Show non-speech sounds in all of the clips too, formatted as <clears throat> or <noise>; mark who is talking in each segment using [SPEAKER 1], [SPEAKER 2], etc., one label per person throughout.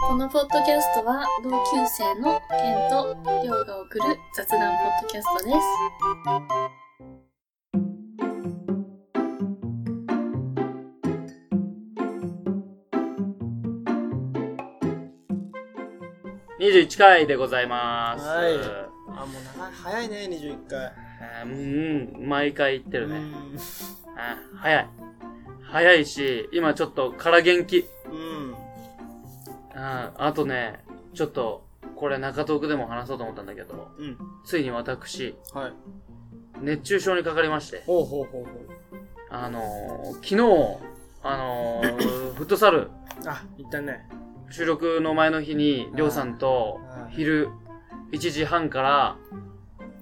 [SPEAKER 1] このポッドキャストは同級生のケンとりょうが送る雑談ポッドキャストです。
[SPEAKER 2] 21回でございます。
[SPEAKER 3] はいあ、もう長い、早いね、21回。
[SPEAKER 2] あーうん、うん毎回言って
[SPEAKER 3] う
[SPEAKER 2] るね。
[SPEAKER 3] ん。
[SPEAKER 2] あー早い。早いし、今ちょっと空元気。
[SPEAKER 3] うん。
[SPEAKER 2] あーあとね、ちょっと、これ中東区でも話そうと思ったんだけど、
[SPEAKER 3] うん。
[SPEAKER 2] ついに私、
[SPEAKER 3] はい。
[SPEAKER 2] 熱中症にかかりまして、
[SPEAKER 3] ほうほうほうほう。
[SPEAKER 2] あのー、昨日、あのー、フットサル、
[SPEAKER 3] あ、いったね。
[SPEAKER 2] 収録の前の日に、りょうさんと
[SPEAKER 3] あー、
[SPEAKER 2] 昼、1時半から、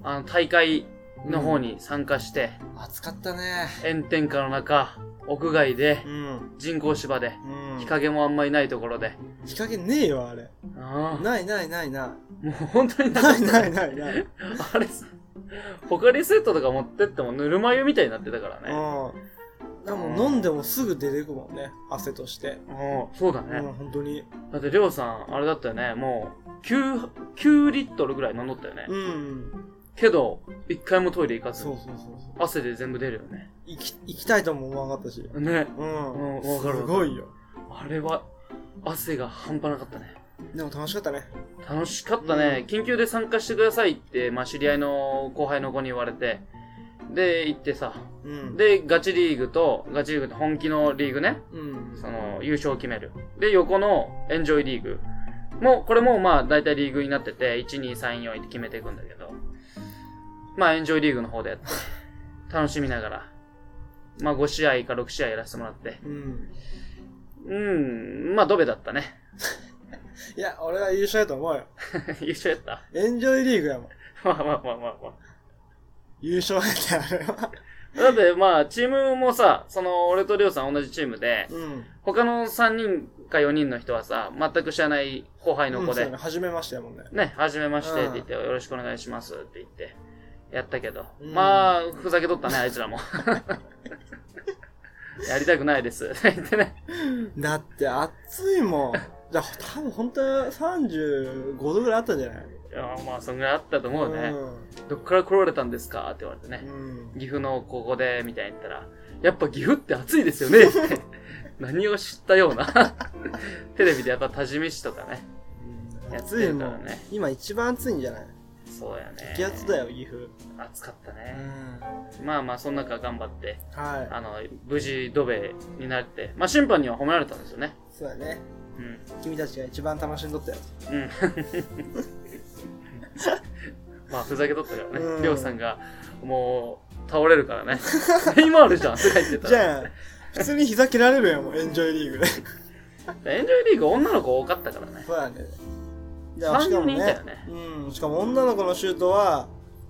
[SPEAKER 2] あの、大会の方に参加して、
[SPEAKER 3] 暑かったね。
[SPEAKER 2] 炎天下の中、屋外で
[SPEAKER 3] う、ん。
[SPEAKER 2] 人工芝で、
[SPEAKER 3] うん。
[SPEAKER 2] 日陰もあんまりないところで、
[SPEAKER 3] 日陰ねえよ、あれ。
[SPEAKER 2] あー
[SPEAKER 3] ないないないな
[SPEAKER 2] <laughs> もう本当に
[SPEAKER 3] い。
[SPEAKER 2] なか
[SPEAKER 3] な
[SPEAKER 2] っ
[SPEAKER 3] い
[SPEAKER 2] た
[SPEAKER 3] ないな
[SPEAKER 2] <laughs>
[SPEAKER 3] いない。うん。
[SPEAKER 2] あれ、ポカリスエットとか持ってってもぬるま湯みたいになってたからね。
[SPEAKER 3] でも飲んでもすぐ出てくもんね、汗として。
[SPEAKER 2] うん、そうだ
[SPEAKER 3] うん
[SPEAKER 2] ね。、
[SPEAKER 3] 本当に。
[SPEAKER 2] だって、りょうさん、あれだったよね、もう、9、9リットルぐらい飲んどったよね。
[SPEAKER 3] うん。
[SPEAKER 2] けど、一回もトイレ行かず
[SPEAKER 3] そう、そうそうそう。
[SPEAKER 2] 汗で全部出るよね。
[SPEAKER 3] 行き、行きたいとも思わなかったし。
[SPEAKER 2] ね。
[SPEAKER 3] うん。
[SPEAKER 2] うん、わかるわかる
[SPEAKER 3] すごいよ。
[SPEAKER 2] あれは、汗が半端なかったね。
[SPEAKER 3] でも楽しかったね。
[SPEAKER 2] 楽しかったね、緊急で参加してくださいって、まあ、知り合いの後輩の子に言われてで行ってさ
[SPEAKER 3] うん。、
[SPEAKER 2] でガチリーグとガチリーグって本気のリーグね
[SPEAKER 3] うん。
[SPEAKER 2] その優勝を決めるで横のエンジョイリーグもこれもまあ大体リーグになってて1234って決めていくんだけどまあエンジョイリーグの方でやって楽しみながらまあ5試合か6試合やらせてもらって
[SPEAKER 3] うん。
[SPEAKER 2] うんまあドベだったね <laughs>
[SPEAKER 3] いや、俺は優勝やと思うよ。
[SPEAKER 2] 優勝やった
[SPEAKER 3] エンジョイリーグやもん。
[SPEAKER 2] まあまあまあまあまあ
[SPEAKER 3] 優勝やったよ、あれは。
[SPEAKER 2] だってまあ、チームもさ、その、俺とりょうさん同じチームで、
[SPEAKER 3] うん。
[SPEAKER 2] 他の3人か4人の人はさ、全く知らない後輩の子
[SPEAKER 3] うんそう
[SPEAKER 2] で
[SPEAKER 3] ね、初めましてやもんね。
[SPEAKER 2] ね、はじめましてって
[SPEAKER 3] うん
[SPEAKER 2] 言って、よろしくお願いしますって言って、やったけど、
[SPEAKER 3] うん
[SPEAKER 2] まあ、ふざけとったね、あいつ
[SPEAKER 3] <laughs>
[SPEAKER 2] らも。やりたくないです。 <laughs> って言ってね。
[SPEAKER 3] だって暑いもん。じゃあ、多分本当は35度ぐらいあったんじゃない
[SPEAKER 2] いやまあ、そんぐらいあったと思うね。
[SPEAKER 3] う
[SPEAKER 2] どっから来られたんですかって言われてね。
[SPEAKER 3] ん。
[SPEAKER 2] 岐阜のここで、みたいに言ったら、やっぱ岐阜って暑いですよ
[SPEAKER 3] <laughs>
[SPEAKER 2] ねって何を知ったような。 <laughs> テレビでやっぱ多治見市とかね。
[SPEAKER 3] うん。
[SPEAKER 2] やって
[SPEAKER 3] 暑い
[SPEAKER 2] るか
[SPEAKER 3] も
[SPEAKER 2] ら
[SPEAKER 3] ん
[SPEAKER 2] ね。
[SPEAKER 3] 今一番暑いんじゃない
[SPEAKER 2] そうやね。
[SPEAKER 3] 激アツだよ、岐阜。
[SPEAKER 2] 暑かった
[SPEAKER 3] う
[SPEAKER 2] ね。
[SPEAKER 3] ん。
[SPEAKER 2] まあまあ、その中頑張って、
[SPEAKER 3] は
[SPEAKER 2] あの、無事ドベになって、まあ審判には褒められたんですよね。
[SPEAKER 3] い。そうだね。
[SPEAKER 2] うん。
[SPEAKER 3] 君たちが一番楽しんどったよ。
[SPEAKER 2] うん。 <laughs> まあ、ふざけとったから
[SPEAKER 3] う
[SPEAKER 2] ね。
[SPEAKER 3] ん
[SPEAKER 2] りょうさんが、もう、倒れるからね。 <laughs> ネイマールじゃん、世界って言った
[SPEAKER 3] じ
[SPEAKER 2] ら。
[SPEAKER 3] ゃあ、普通に膝蹴られるやんもん、エンジョイリーグで。
[SPEAKER 2] エンジョイリーグ女の子多かったからね。
[SPEAKER 3] そうだね。じ
[SPEAKER 2] 3人いたよね。
[SPEAKER 3] うん、しかも女の子のシュートは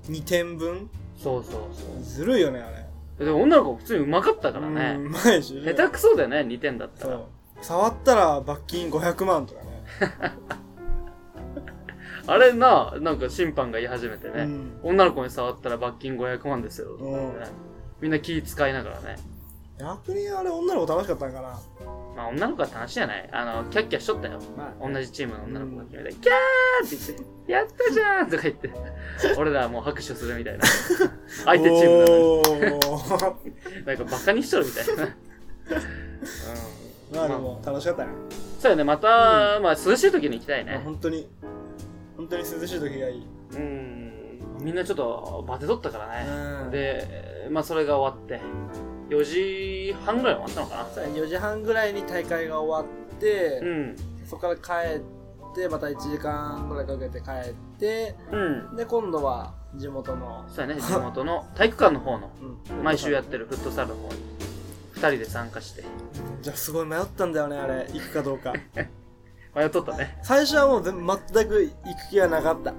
[SPEAKER 3] 2点分
[SPEAKER 2] そうそうそう。
[SPEAKER 3] ずるいよね、あれ。
[SPEAKER 2] でも女の子普通にうまかったから
[SPEAKER 3] う
[SPEAKER 2] ね。
[SPEAKER 3] んうまいし。
[SPEAKER 2] 下手くそだよね、2点だった
[SPEAKER 3] そ
[SPEAKER 2] ら
[SPEAKER 3] う。。触ったら罰金500万とかね。
[SPEAKER 2] あれな、なんか審判が言い始めて
[SPEAKER 3] う
[SPEAKER 2] ね、
[SPEAKER 3] ん。
[SPEAKER 2] 女の子に触ったら罰金500万ですよ、
[SPEAKER 3] うん
[SPEAKER 2] ねみんな気使いながらね。
[SPEAKER 3] 逆にあれ女の子楽しかったんかな。
[SPEAKER 2] まあ女の子は楽しいじゃないあの、キャッキャしとったよ。
[SPEAKER 3] ま
[SPEAKER 2] 同じチームの女の子が決めて、キャーって言って、やったじゃんとか言って、 <laughs> 俺らはもう拍手するみたいな。相手チームなのに、
[SPEAKER 3] ムだね。
[SPEAKER 2] なんかバカにしとるみたいな。
[SPEAKER 3] <laughs> まあでも楽しかったね。
[SPEAKER 2] そうやね、また、まあ涼しい時に行きたいね。
[SPEAKER 3] 本当に、本当に涼しい時がいい。
[SPEAKER 2] うん、みんなちょっとバテとったからね。
[SPEAKER 3] うん
[SPEAKER 2] で、まあそれが終わって、4時半ぐらいに終わったのか
[SPEAKER 3] さあ4時半ぐらいに大会が終わって、
[SPEAKER 2] なうん。
[SPEAKER 3] そこから帰って、また1時間ぐらいかけて帰って、
[SPEAKER 2] うん。
[SPEAKER 3] で、今度は地元の、
[SPEAKER 2] そうやね、地元の体育館の方の、
[SPEAKER 3] うん
[SPEAKER 2] 毎週やってるフットサルの方に、2人で参加して、
[SPEAKER 3] じゃあすごい迷ったんだよね、あれ。行くかどうか。
[SPEAKER 2] 迷っとったね。
[SPEAKER 3] 最初はもう全全く行く気がなかった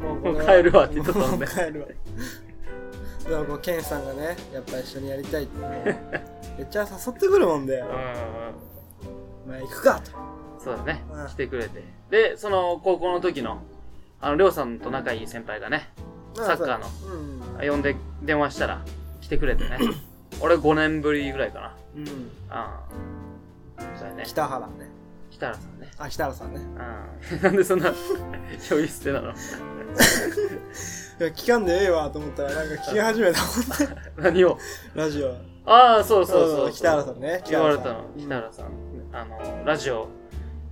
[SPEAKER 3] もうこ
[SPEAKER 2] <laughs> も
[SPEAKER 3] れ
[SPEAKER 2] う
[SPEAKER 3] は
[SPEAKER 2] 帰るわって言っとったもんね
[SPEAKER 3] もう帰るわでもこうケンさんがねやっぱ一緒にやりたいってもうめっちゃ誘ってくるもんで
[SPEAKER 2] うんうんうん。
[SPEAKER 3] まあ行くかと
[SPEAKER 2] そうだね
[SPEAKER 3] うん。
[SPEAKER 2] 来てくれて。で、その高校の時の、あの、りょうさんと仲いい先輩がね、サッカーの
[SPEAKER 3] うん
[SPEAKER 2] 呼んで電話したら、来てくれて <laughs> ね。俺5年ぶりぐらいか
[SPEAKER 3] うん
[SPEAKER 2] な。うん。そうやね。
[SPEAKER 3] 北原ね
[SPEAKER 2] 北設楽さんね。
[SPEAKER 3] あ、設楽さんね。
[SPEAKER 2] うん。 <laughs> なんでそんな酔い捨てなの
[SPEAKER 3] いや、聞かんでええわと思ったら、なんか聞き始めたもん
[SPEAKER 2] <laughs>
[SPEAKER 3] ね。
[SPEAKER 2] 何を
[SPEAKER 3] ラジオ。
[SPEAKER 2] ああ、そうそうそうそう。
[SPEAKER 3] 北原さんね。
[SPEAKER 2] 言われたの。
[SPEAKER 3] 北
[SPEAKER 2] 北
[SPEAKER 3] 原
[SPEAKER 2] 原さん。あの、ラジオ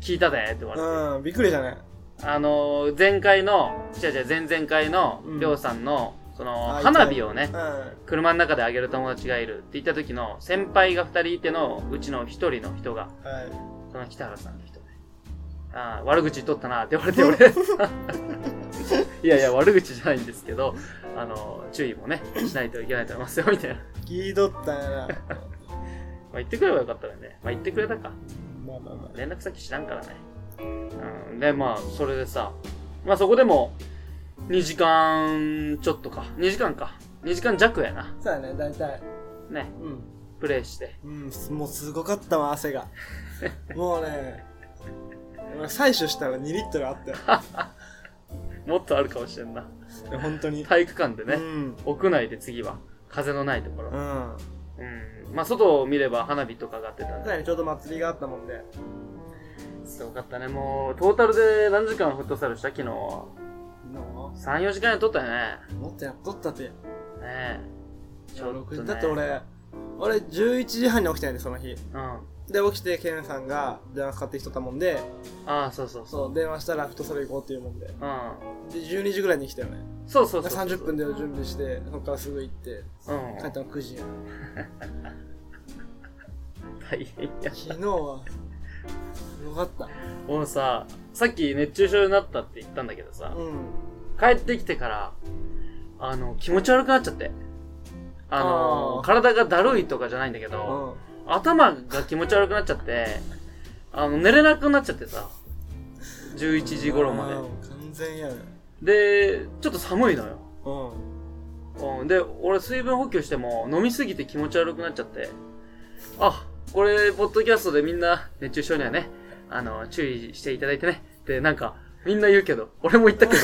[SPEAKER 2] 聞いたでって言われて。
[SPEAKER 3] さん。うん、びっくりじゃない。
[SPEAKER 2] あの、前回の、違う違う、前々回の
[SPEAKER 3] うん、
[SPEAKER 2] りょうさんの、その、
[SPEAKER 3] あ
[SPEAKER 2] 花火をね
[SPEAKER 3] う、ん。
[SPEAKER 2] 車の中であげる友達がいるって言った時の、先輩が二人いての、うちの一人の人が、
[SPEAKER 3] はい。
[SPEAKER 2] その北原さんの人で、ああ、悪口言っとったなって言われて、俺、 <laughs> いやいや、悪口じゃないんですけど、あの、注意もね、しないといけないと思いますよ、みたいな。 <laughs>
[SPEAKER 3] 聞いとったんやな。
[SPEAKER 2] まあ、言ってくればよかったらね。まあ、言ってくれたか。
[SPEAKER 3] まあまあまあ。
[SPEAKER 2] 連絡先知らんからね。うん。で、まあ、それでさ、まあそこでも、2時間ちょっとか。2時間か。2時間弱やな。
[SPEAKER 3] そうやね、大体。
[SPEAKER 2] ね。
[SPEAKER 3] うん。
[SPEAKER 2] プレイして。
[SPEAKER 3] うん、もうすごかったわ、汗
[SPEAKER 2] <laughs>
[SPEAKER 3] が。もうね、俺採取したら2リットルあったよ。
[SPEAKER 2] もっとあるかもしれんな。
[SPEAKER 3] いや本当に。
[SPEAKER 2] 体育館で
[SPEAKER 3] う
[SPEAKER 2] ね。
[SPEAKER 3] ん。
[SPEAKER 2] 屋内で次は。風のないとこ
[SPEAKER 3] う
[SPEAKER 2] ろ。
[SPEAKER 3] ん。
[SPEAKER 2] うん。まあ外を見れば花火とか上がってたん
[SPEAKER 3] さら
[SPEAKER 2] で。
[SPEAKER 3] にちょうど祭りがあったもんで。
[SPEAKER 2] すごかったね。もう、トータルで何時間フットサルした昨日。
[SPEAKER 3] も
[SPEAKER 2] 3、4時間やっとったよね。
[SPEAKER 3] うもっとやっとったって。
[SPEAKER 2] ねえ。ちょっと、ね。
[SPEAKER 3] だって俺、俺11時半に起きたんやで、その日。
[SPEAKER 2] うん。あ
[SPEAKER 3] で、起きて、ケンさんが電話かかってきとったもんで、
[SPEAKER 2] あ、そうそうそう。
[SPEAKER 3] そう、電話したらフットサル行こうっていうもんで。
[SPEAKER 2] うん。
[SPEAKER 3] で、12時ぐらいに来たよね。
[SPEAKER 2] そうそうそうそう。
[SPEAKER 3] 30分で準備して、そこからすぐ行って、
[SPEAKER 2] うん。
[SPEAKER 3] 帰ったの9時や。
[SPEAKER 2] 大変や。
[SPEAKER 3] 昨日は、すごかった。
[SPEAKER 2] もうさ、さっき熱中症になったって言ったんだけどさ、
[SPEAKER 3] うん。
[SPEAKER 2] 帰ってきてから、あの、気持ち悪くなっちゃって。あの
[SPEAKER 3] あー
[SPEAKER 2] 体がだるいとかじゃないんだけど、
[SPEAKER 3] うん。
[SPEAKER 2] 頭が気持ち悪くなっちゃって、あの、寝れなくなっちゃってさ、11時頃ま
[SPEAKER 3] で。完全やね。
[SPEAKER 2] で。で、ちょっと寒いのよ。
[SPEAKER 3] うん。
[SPEAKER 2] うん、で、俺水分補給しても飲みすぎて気持ち悪くなっちゃって。あ、これ、ポッドキャストでみんな熱中症にはね、あの、注意していただいてね。で、なんか、みんな言うけど、俺も言ったけど、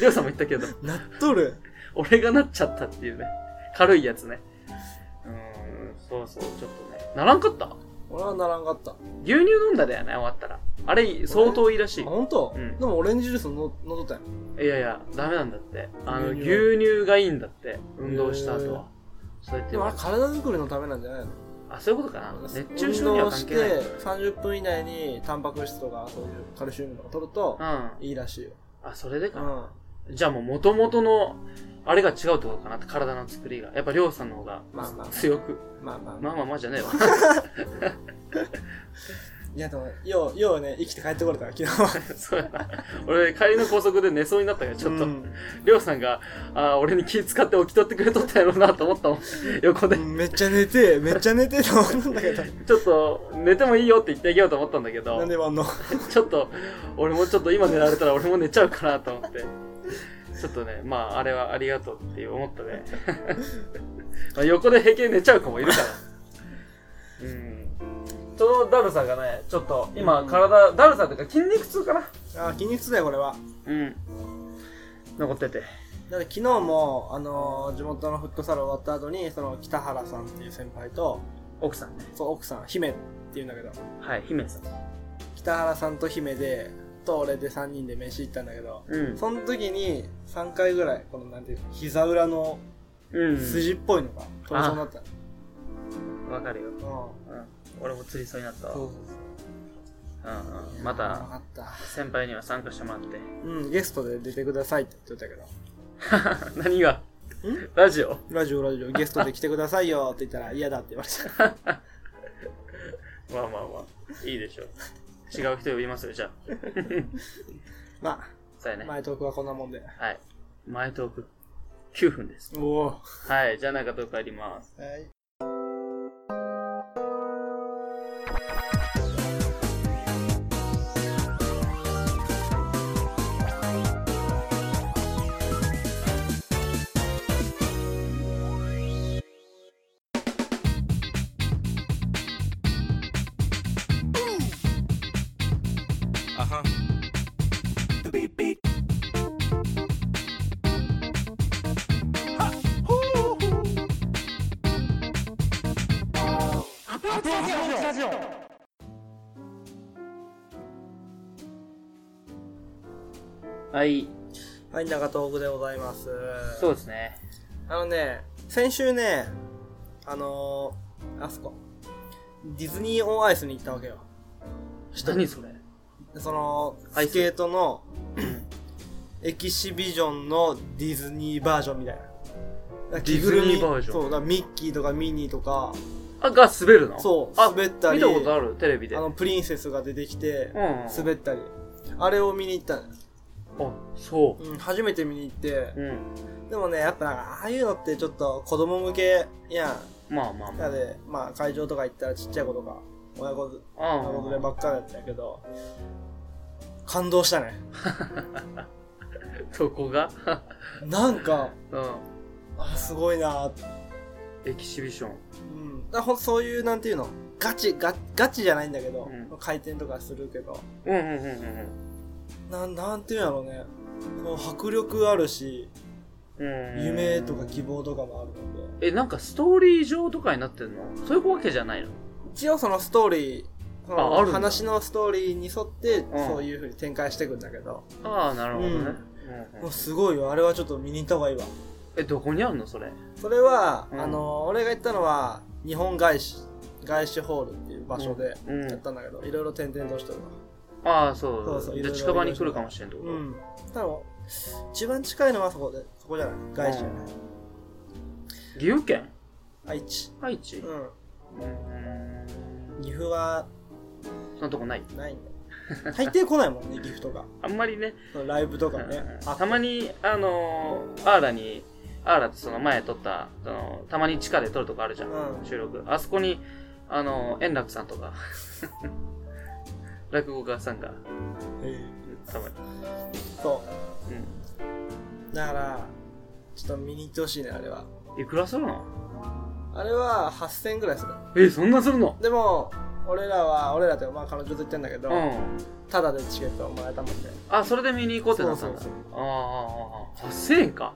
[SPEAKER 2] りょうさんも言ったけど、
[SPEAKER 3] なっとる。
[SPEAKER 2] 俺がなっちゃったっていうね。軽いやつね。うん、そうそう、ちょっとね。ならんかった
[SPEAKER 3] 俺はならんかった。あ、
[SPEAKER 2] 牛乳飲んだだよね、終わったら。あれ、相当いいらしい。
[SPEAKER 3] ほんと
[SPEAKER 2] うん
[SPEAKER 3] でもオレンジジュースの飲んどったんや
[SPEAKER 2] いやいや、ダメなんだって。あの、
[SPEAKER 3] 牛
[SPEAKER 2] 牛
[SPEAKER 3] 乳
[SPEAKER 2] 乳がいいんだって。運動した後は。そうやって
[SPEAKER 3] でもあれ体作りのためなんじゃないの
[SPEAKER 2] あ、そういうことかな。熱中症には関係ない。
[SPEAKER 3] 運動して30分以内にタンパク質とかそういうカルシウムとか取ると
[SPEAKER 2] うん。あ、
[SPEAKER 3] いいらしいよ、
[SPEAKER 2] それで
[SPEAKER 3] う
[SPEAKER 2] か。
[SPEAKER 3] ん、
[SPEAKER 2] じゃあもう元々の、あれが違うってことかなって、体の作りが。やっぱりょうさんの方が
[SPEAKER 3] まあまあ
[SPEAKER 2] 強く。
[SPEAKER 3] まあまあ、
[SPEAKER 2] ま
[SPEAKER 3] まあ、
[SPEAKER 2] あまあまあじゃねえわ。 <laughs>
[SPEAKER 3] いやでもようようね生きて帰ってこれたわ昨日は
[SPEAKER 2] そうやな。俺、帰りの高速で寝そうになったから、ちょっと
[SPEAKER 3] う、ん
[SPEAKER 2] りょうさんが、あー俺に気使って起きとってくれとったやろうなと思ったもん。横で。
[SPEAKER 3] めっちゃ寝てめっちゃ寝てと思ったん
[SPEAKER 2] <laughs>
[SPEAKER 3] だけど
[SPEAKER 2] ちょっと、寝てもいいよって言ってあげようと思ったんだけど
[SPEAKER 3] なん、でもあんの
[SPEAKER 2] ちょっと、俺もちょっと今寝られたら俺も寝ちゃうかなと思って。ちょっとね、まあ、あれはありがとうって思ったね。まあ横で平気で寝ちゃう子もいるから。うん。そのだるさがね、ちょっと今体、だるさというか筋肉痛かな。
[SPEAKER 3] あ筋肉痛だよこれは
[SPEAKER 2] うん。残ってて。
[SPEAKER 3] だって昨日も、あのー地元のフットサル終わった後にその北原さんっていう先輩と
[SPEAKER 2] 奥さんね。
[SPEAKER 3] そう奥さん姫っていうんだけど
[SPEAKER 2] はい、姫さん。
[SPEAKER 3] 北原さんと姫でと俺で3人で飯行ったんだけど
[SPEAKER 2] うん。
[SPEAKER 3] その時に3回ぐらいこのなんていうの膝裏の
[SPEAKER 2] うん。
[SPEAKER 3] 筋っぽいのが取れそうになった
[SPEAKER 2] わかるよ。
[SPEAKER 3] の
[SPEAKER 2] うん。俺も釣りそうになった
[SPEAKER 3] うん
[SPEAKER 2] わ。
[SPEAKER 3] そううそうそ
[SPEAKER 2] んうん。
[SPEAKER 3] う
[SPEAKER 2] ま
[SPEAKER 3] うま
[SPEAKER 2] た、
[SPEAKER 3] かった
[SPEAKER 2] 先輩には参加してもらって。
[SPEAKER 3] うんゲストで出てくださいって言ってたけ
[SPEAKER 2] <laughs>
[SPEAKER 3] ど
[SPEAKER 2] 何がラジオ
[SPEAKER 3] ラジオラジオゲストで来てくださいよって言ったら <laughs> 嫌だって言われちゃう
[SPEAKER 2] まあまあまあ、いいでしょう。違う人呼びますよ、じゃあ。
[SPEAKER 3] ま
[SPEAKER 2] そうや
[SPEAKER 3] あ
[SPEAKER 2] ね。
[SPEAKER 3] 前トークはこんなもんで
[SPEAKER 2] はい。前トーク、9分です。
[SPEAKER 3] おおは
[SPEAKER 2] はい、じゃあ中トークあります。
[SPEAKER 3] い
[SPEAKER 2] はい。
[SPEAKER 3] はい、長東区でございます。
[SPEAKER 2] そうですね。
[SPEAKER 3] あのね、先週ね、あのー、あそこ、ディズニーオンアイスに行ったわけよ。
[SPEAKER 2] 何それ
[SPEAKER 3] その、
[SPEAKER 2] アイ
[SPEAKER 3] ス
[SPEAKER 2] ス
[SPEAKER 3] ケートの、 <clears throat> エキシビジョンのディズニーバージョンみたいな。だから着ぐるみ
[SPEAKER 2] ディズニーバージョン
[SPEAKER 3] そう、だからミッキーとかミニーとか、
[SPEAKER 2] あ、が滑るの
[SPEAKER 3] そう、
[SPEAKER 2] あ、
[SPEAKER 3] 滑ったり、
[SPEAKER 2] 見たことあるテレビで。
[SPEAKER 3] あの、プリンセスが出てきて、
[SPEAKER 2] うんうん
[SPEAKER 3] 滑ったり。あれを見に行ったのよ。
[SPEAKER 2] あ、そ
[SPEAKER 3] うん、初めて見に行って
[SPEAKER 2] う。、うん。
[SPEAKER 3] でもね、やっぱなんか、ああいうのってちょっと子供向けやん。
[SPEAKER 2] まあまあま
[SPEAKER 3] なので、まあ会場とか行ったらちっちゃい子とか、親子連
[SPEAKER 2] あ。うん
[SPEAKER 3] ればっかりだったけど、感動したね。
[SPEAKER 2] そこが <laughs>
[SPEAKER 3] なんか、
[SPEAKER 2] うん。
[SPEAKER 3] あすごいなぁ。
[SPEAKER 2] エキシビション。
[SPEAKER 3] うん。だからほんとそういう、なんていうの、ガチ、ガガチじゃないんだけど、
[SPEAKER 2] うん
[SPEAKER 3] 回転とかするけど、
[SPEAKER 2] うんうんうんうん
[SPEAKER 3] なん、なんていうんやろうね。こう迫力あるし、
[SPEAKER 2] うん。うん。
[SPEAKER 3] 夢とか希望とかもあるので、
[SPEAKER 2] え、なんかストーリー上とかになってるのそういうわけじゃないの
[SPEAKER 3] 一応そのストーリー、そ
[SPEAKER 2] ああ
[SPEAKER 3] の
[SPEAKER 2] るんだ
[SPEAKER 3] 話のストーリーに沿って、
[SPEAKER 2] ん
[SPEAKER 3] そういう風に展開していくんだけど、
[SPEAKER 2] ああ、なるほどね。
[SPEAKER 3] うん
[SPEAKER 2] うんう
[SPEAKER 3] も
[SPEAKER 2] ん
[SPEAKER 3] うすごいよ。あれはちょっと見に行った方がいいわ。
[SPEAKER 2] え、どこにあるのそれ。
[SPEAKER 3] それは、
[SPEAKER 2] うん
[SPEAKER 3] あの俺が行ったのは日本外資外資ホールっていう場所で
[SPEAKER 2] うんうん
[SPEAKER 3] やったんだけど、いろいろ転々としてるわ
[SPEAKER 2] ああ、そう。
[SPEAKER 3] そうそう
[SPEAKER 2] じゃあ
[SPEAKER 3] いろいろ
[SPEAKER 2] 近場に来るかもしれんってこと、
[SPEAKER 3] うん多分一番近いのはそこでそこじゃない外資じゃない、
[SPEAKER 2] 岐阜県
[SPEAKER 3] 愛知
[SPEAKER 2] 愛知
[SPEAKER 3] う
[SPEAKER 2] うん。
[SPEAKER 3] ん岐阜は
[SPEAKER 2] そんなとこない
[SPEAKER 3] ない
[SPEAKER 2] <laughs>
[SPEAKER 3] んだよ大抵来ないもんね岐阜とか
[SPEAKER 2] あんまりね。
[SPEAKER 3] そのライブとか
[SPEAKER 2] う
[SPEAKER 3] ね
[SPEAKER 2] ん
[SPEAKER 3] あ
[SPEAKER 2] たまに、あのー、アーラに、アーラってその前撮った、そのたまに地下で撮るとこあるじゃん、
[SPEAKER 3] うん
[SPEAKER 2] 収録。あそこに、あのー、円楽さんとか、 <laughs> 落語家さんが、うんたまに。
[SPEAKER 3] そ
[SPEAKER 2] うん
[SPEAKER 3] うだからちょっと見に行ってほしいねあれはい
[SPEAKER 2] くらするの
[SPEAKER 3] あれは8000円ぐらいする
[SPEAKER 2] え、そんなするの
[SPEAKER 3] でも俺らは俺らというかまあ彼女と行ったんだけ
[SPEAKER 2] う
[SPEAKER 3] ど、
[SPEAKER 2] ん。
[SPEAKER 3] タダでチケットをもらえたもんで
[SPEAKER 2] あ、それで見に行こうってなったんだ。
[SPEAKER 3] そうそう
[SPEAKER 2] ああああ、ああ8000円か。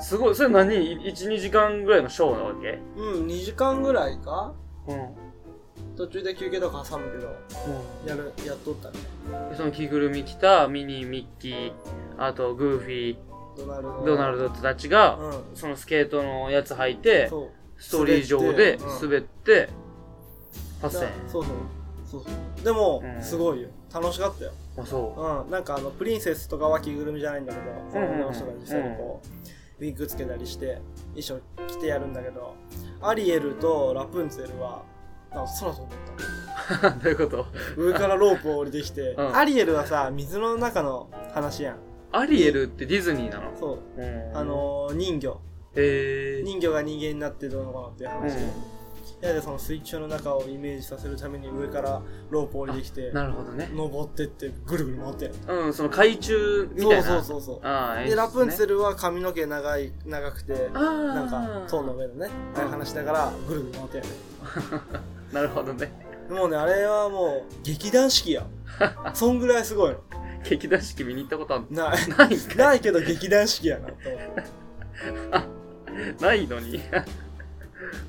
[SPEAKER 2] すごい、それ何 ?1、2時間ぐらいのショーなわけ
[SPEAKER 3] うん、2時間ぐらいか
[SPEAKER 2] うん。う
[SPEAKER 3] 途中で休憩とか挟むけど、やる、やっとったね。
[SPEAKER 2] ん。でその着ぐるみ着たミニー、ミッキー、あとグーフィー、
[SPEAKER 3] ドナルド。
[SPEAKER 2] ドナルドたちが、
[SPEAKER 3] うん。
[SPEAKER 2] そのスケートのやつ履いて、
[SPEAKER 3] そう。
[SPEAKER 2] ストーリー上で
[SPEAKER 3] 滑
[SPEAKER 2] 滑って、
[SPEAKER 3] だ
[SPEAKER 2] 8000円。
[SPEAKER 3] そうそう。そうそう。でも、
[SPEAKER 2] うん
[SPEAKER 3] すごいよ。楽しかったよ。
[SPEAKER 2] あ、そう。 <laughs>
[SPEAKER 3] うん。なんかあの、プリンセスとかは着ぐるみじゃないんだけど、その女の人が実際にこう、ウィッグつけたりして、衣装着てやるんだけど、アリエルとラプンツェルは、なんか空飛んでった。
[SPEAKER 2] どういうこと
[SPEAKER 3] 上からロープを降りてきて、
[SPEAKER 2] うん
[SPEAKER 3] アリエルはさ、水の中の話やん。
[SPEAKER 2] アリエルってディズニーなの
[SPEAKER 3] そう。
[SPEAKER 2] うん
[SPEAKER 3] あ、のー、人魚。
[SPEAKER 2] えー。
[SPEAKER 3] 人魚が人間になってどうのこうのっていう話、
[SPEAKER 2] うん
[SPEAKER 3] やでその水中の中をイメージさせるために上からロープを降りてきて
[SPEAKER 2] なるほどね。
[SPEAKER 3] 登ってってぐるぐる回ってやる
[SPEAKER 2] うん、その海中みた
[SPEAKER 3] そ
[SPEAKER 2] いうな。
[SPEAKER 3] そうそうそう
[SPEAKER 2] ああ、演出
[SPEAKER 3] でラプンツェ
[SPEAKER 2] ね、
[SPEAKER 3] ルは髪の毛長い長くて
[SPEAKER 2] あ
[SPEAKER 3] な
[SPEAKER 2] なん
[SPEAKER 3] か塔の上のねああいう話だからぐるぐる回ってやる
[SPEAKER 2] なるほどね。
[SPEAKER 3] もうねあれはもう劇団四季や <laughs> そんぐらいすごいの
[SPEAKER 2] 劇団四季見に行ったことある
[SPEAKER 3] ない
[SPEAKER 2] ないんかい
[SPEAKER 3] ないけど劇団四季やなと思 <laughs> って
[SPEAKER 2] ないのに。 <laughs>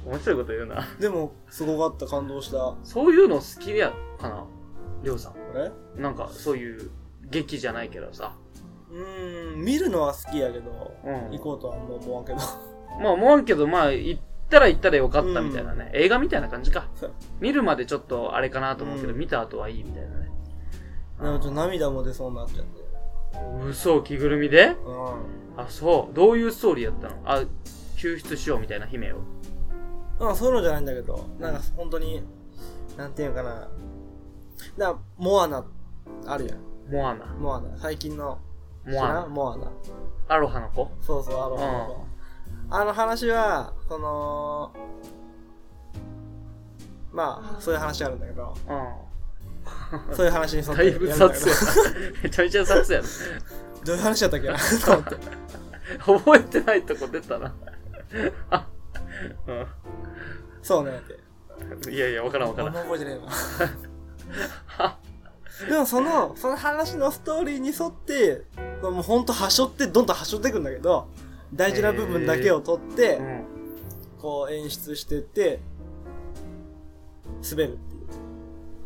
[SPEAKER 2] 面白いこと言うな。
[SPEAKER 3] でもすごかった感動したあ
[SPEAKER 2] そういうの好きやかな、りょうさ
[SPEAKER 3] れ
[SPEAKER 2] ん。なんか、そういう劇じゃないけどさ。
[SPEAKER 3] うーん見るのは好きやけど、
[SPEAKER 2] うん
[SPEAKER 3] 行こうとはもう思わんけど
[SPEAKER 2] まあ思わんけど、まあ行ったら行ったでよかったみたいなね。映画みたいな感じか
[SPEAKER 3] そう。
[SPEAKER 2] 見るまでちょっとあれかなと思うけど、
[SPEAKER 3] うん
[SPEAKER 2] 見た後はいいみたいなね。
[SPEAKER 3] でもちょっと涙も出そうになっちゃって。
[SPEAKER 2] 嘘、着ぐるみで
[SPEAKER 3] う
[SPEAKER 2] あ、そう。どういうストーリーやったのあ、救出しようみたいな姫を。
[SPEAKER 3] ん。まあそういうのじゃないんだけど、なんか本当に、なんていうのかな。だからモアナ、あるやん。
[SPEAKER 2] モアナ。
[SPEAKER 3] モアナ。最近の、
[SPEAKER 2] モ
[SPEAKER 3] 知ら
[SPEAKER 2] ア
[SPEAKER 3] んモアナ。
[SPEAKER 2] ナ。アロハの子
[SPEAKER 3] そうそう、あの、あの話は、その、まあ、そういう話あるんだけど、
[SPEAKER 2] う
[SPEAKER 3] そういう話に沿
[SPEAKER 2] ん。
[SPEAKER 3] っ
[SPEAKER 2] だ
[SPEAKER 3] て
[SPEAKER 2] い
[SPEAKER 3] やるん
[SPEAKER 2] ぶ
[SPEAKER 3] だけ
[SPEAKER 2] 雑
[SPEAKER 3] ど。
[SPEAKER 2] やな。めちゃめちゃ雑やな。
[SPEAKER 3] どういう話だったっけな <laughs> と思って。
[SPEAKER 2] 覚えてないとこ出たな。
[SPEAKER 3] そうねって。
[SPEAKER 2] うん。いやいや、わからんわか
[SPEAKER 3] あ
[SPEAKER 2] ら
[SPEAKER 3] ん
[SPEAKER 2] ん。
[SPEAKER 3] ま覚えてね
[SPEAKER 2] <laughs>
[SPEAKER 3] えな。でもその、その話のストーリーに沿って、もうほんと端折って、どんどん端折っていくんだけど、大事な部分だけを取って、
[SPEAKER 2] うん。
[SPEAKER 3] こう演出してって、滑るっていう。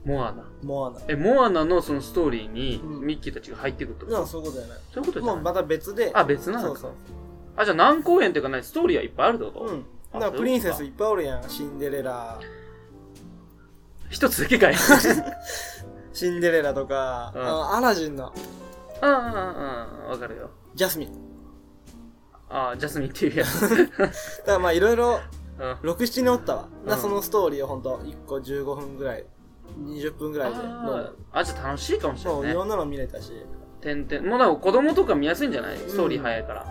[SPEAKER 2] モアナ。
[SPEAKER 3] モアナ
[SPEAKER 2] え、モアナのそのストーリーに
[SPEAKER 3] うん
[SPEAKER 2] ミッキーたちが入ってくるってこと、
[SPEAKER 3] なんかそういうことじゃない
[SPEAKER 2] そういうことじ
[SPEAKER 3] も
[SPEAKER 2] ゃ
[SPEAKER 3] う
[SPEAKER 2] ない、
[SPEAKER 3] また別で
[SPEAKER 2] あ、別な
[SPEAKER 3] そ
[SPEAKER 2] の
[SPEAKER 3] う
[SPEAKER 2] か。
[SPEAKER 3] そう
[SPEAKER 2] あ、じゃあ何公演っていうかね、ストーリーはいっぱいあるってこと、
[SPEAKER 3] うん
[SPEAKER 2] あ
[SPEAKER 3] なんかプリンセ
[SPEAKER 2] そ
[SPEAKER 3] ス
[SPEAKER 2] う
[SPEAKER 3] いっぱいおるやんシンデレラ
[SPEAKER 2] 一つだけかい。
[SPEAKER 3] シンデレラとか、
[SPEAKER 2] うん
[SPEAKER 3] あのアラジンの
[SPEAKER 2] うんうんうん、わかるよ。
[SPEAKER 3] ジャスミン
[SPEAKER 2] あ、ジャスミンっていうや <laughs> つ。
[SPEAKER 3] だからまあいろいろ
[SPEAKER 2] うん。
[SPEAKER 3] 67人おったわ、だから
[SPEAKER 2] うん
[SPEAKER 3] そのストーリーをほんと1個15分ぐらい20分ぐらいで
[SPEAKER 2] あーあ、じゃあ楽しいかもしれ
[SPEAKER 3] そう
[SPEAKER 2] ないいね
[SPEAKER 3] ろ。んなの見れたし
[SPEAKER 2] てんてん。もうなんか子供とか見やすいんじゃない
[SPEAKER 3] ん
[SPEAKER 2] ストーリー早いから。あ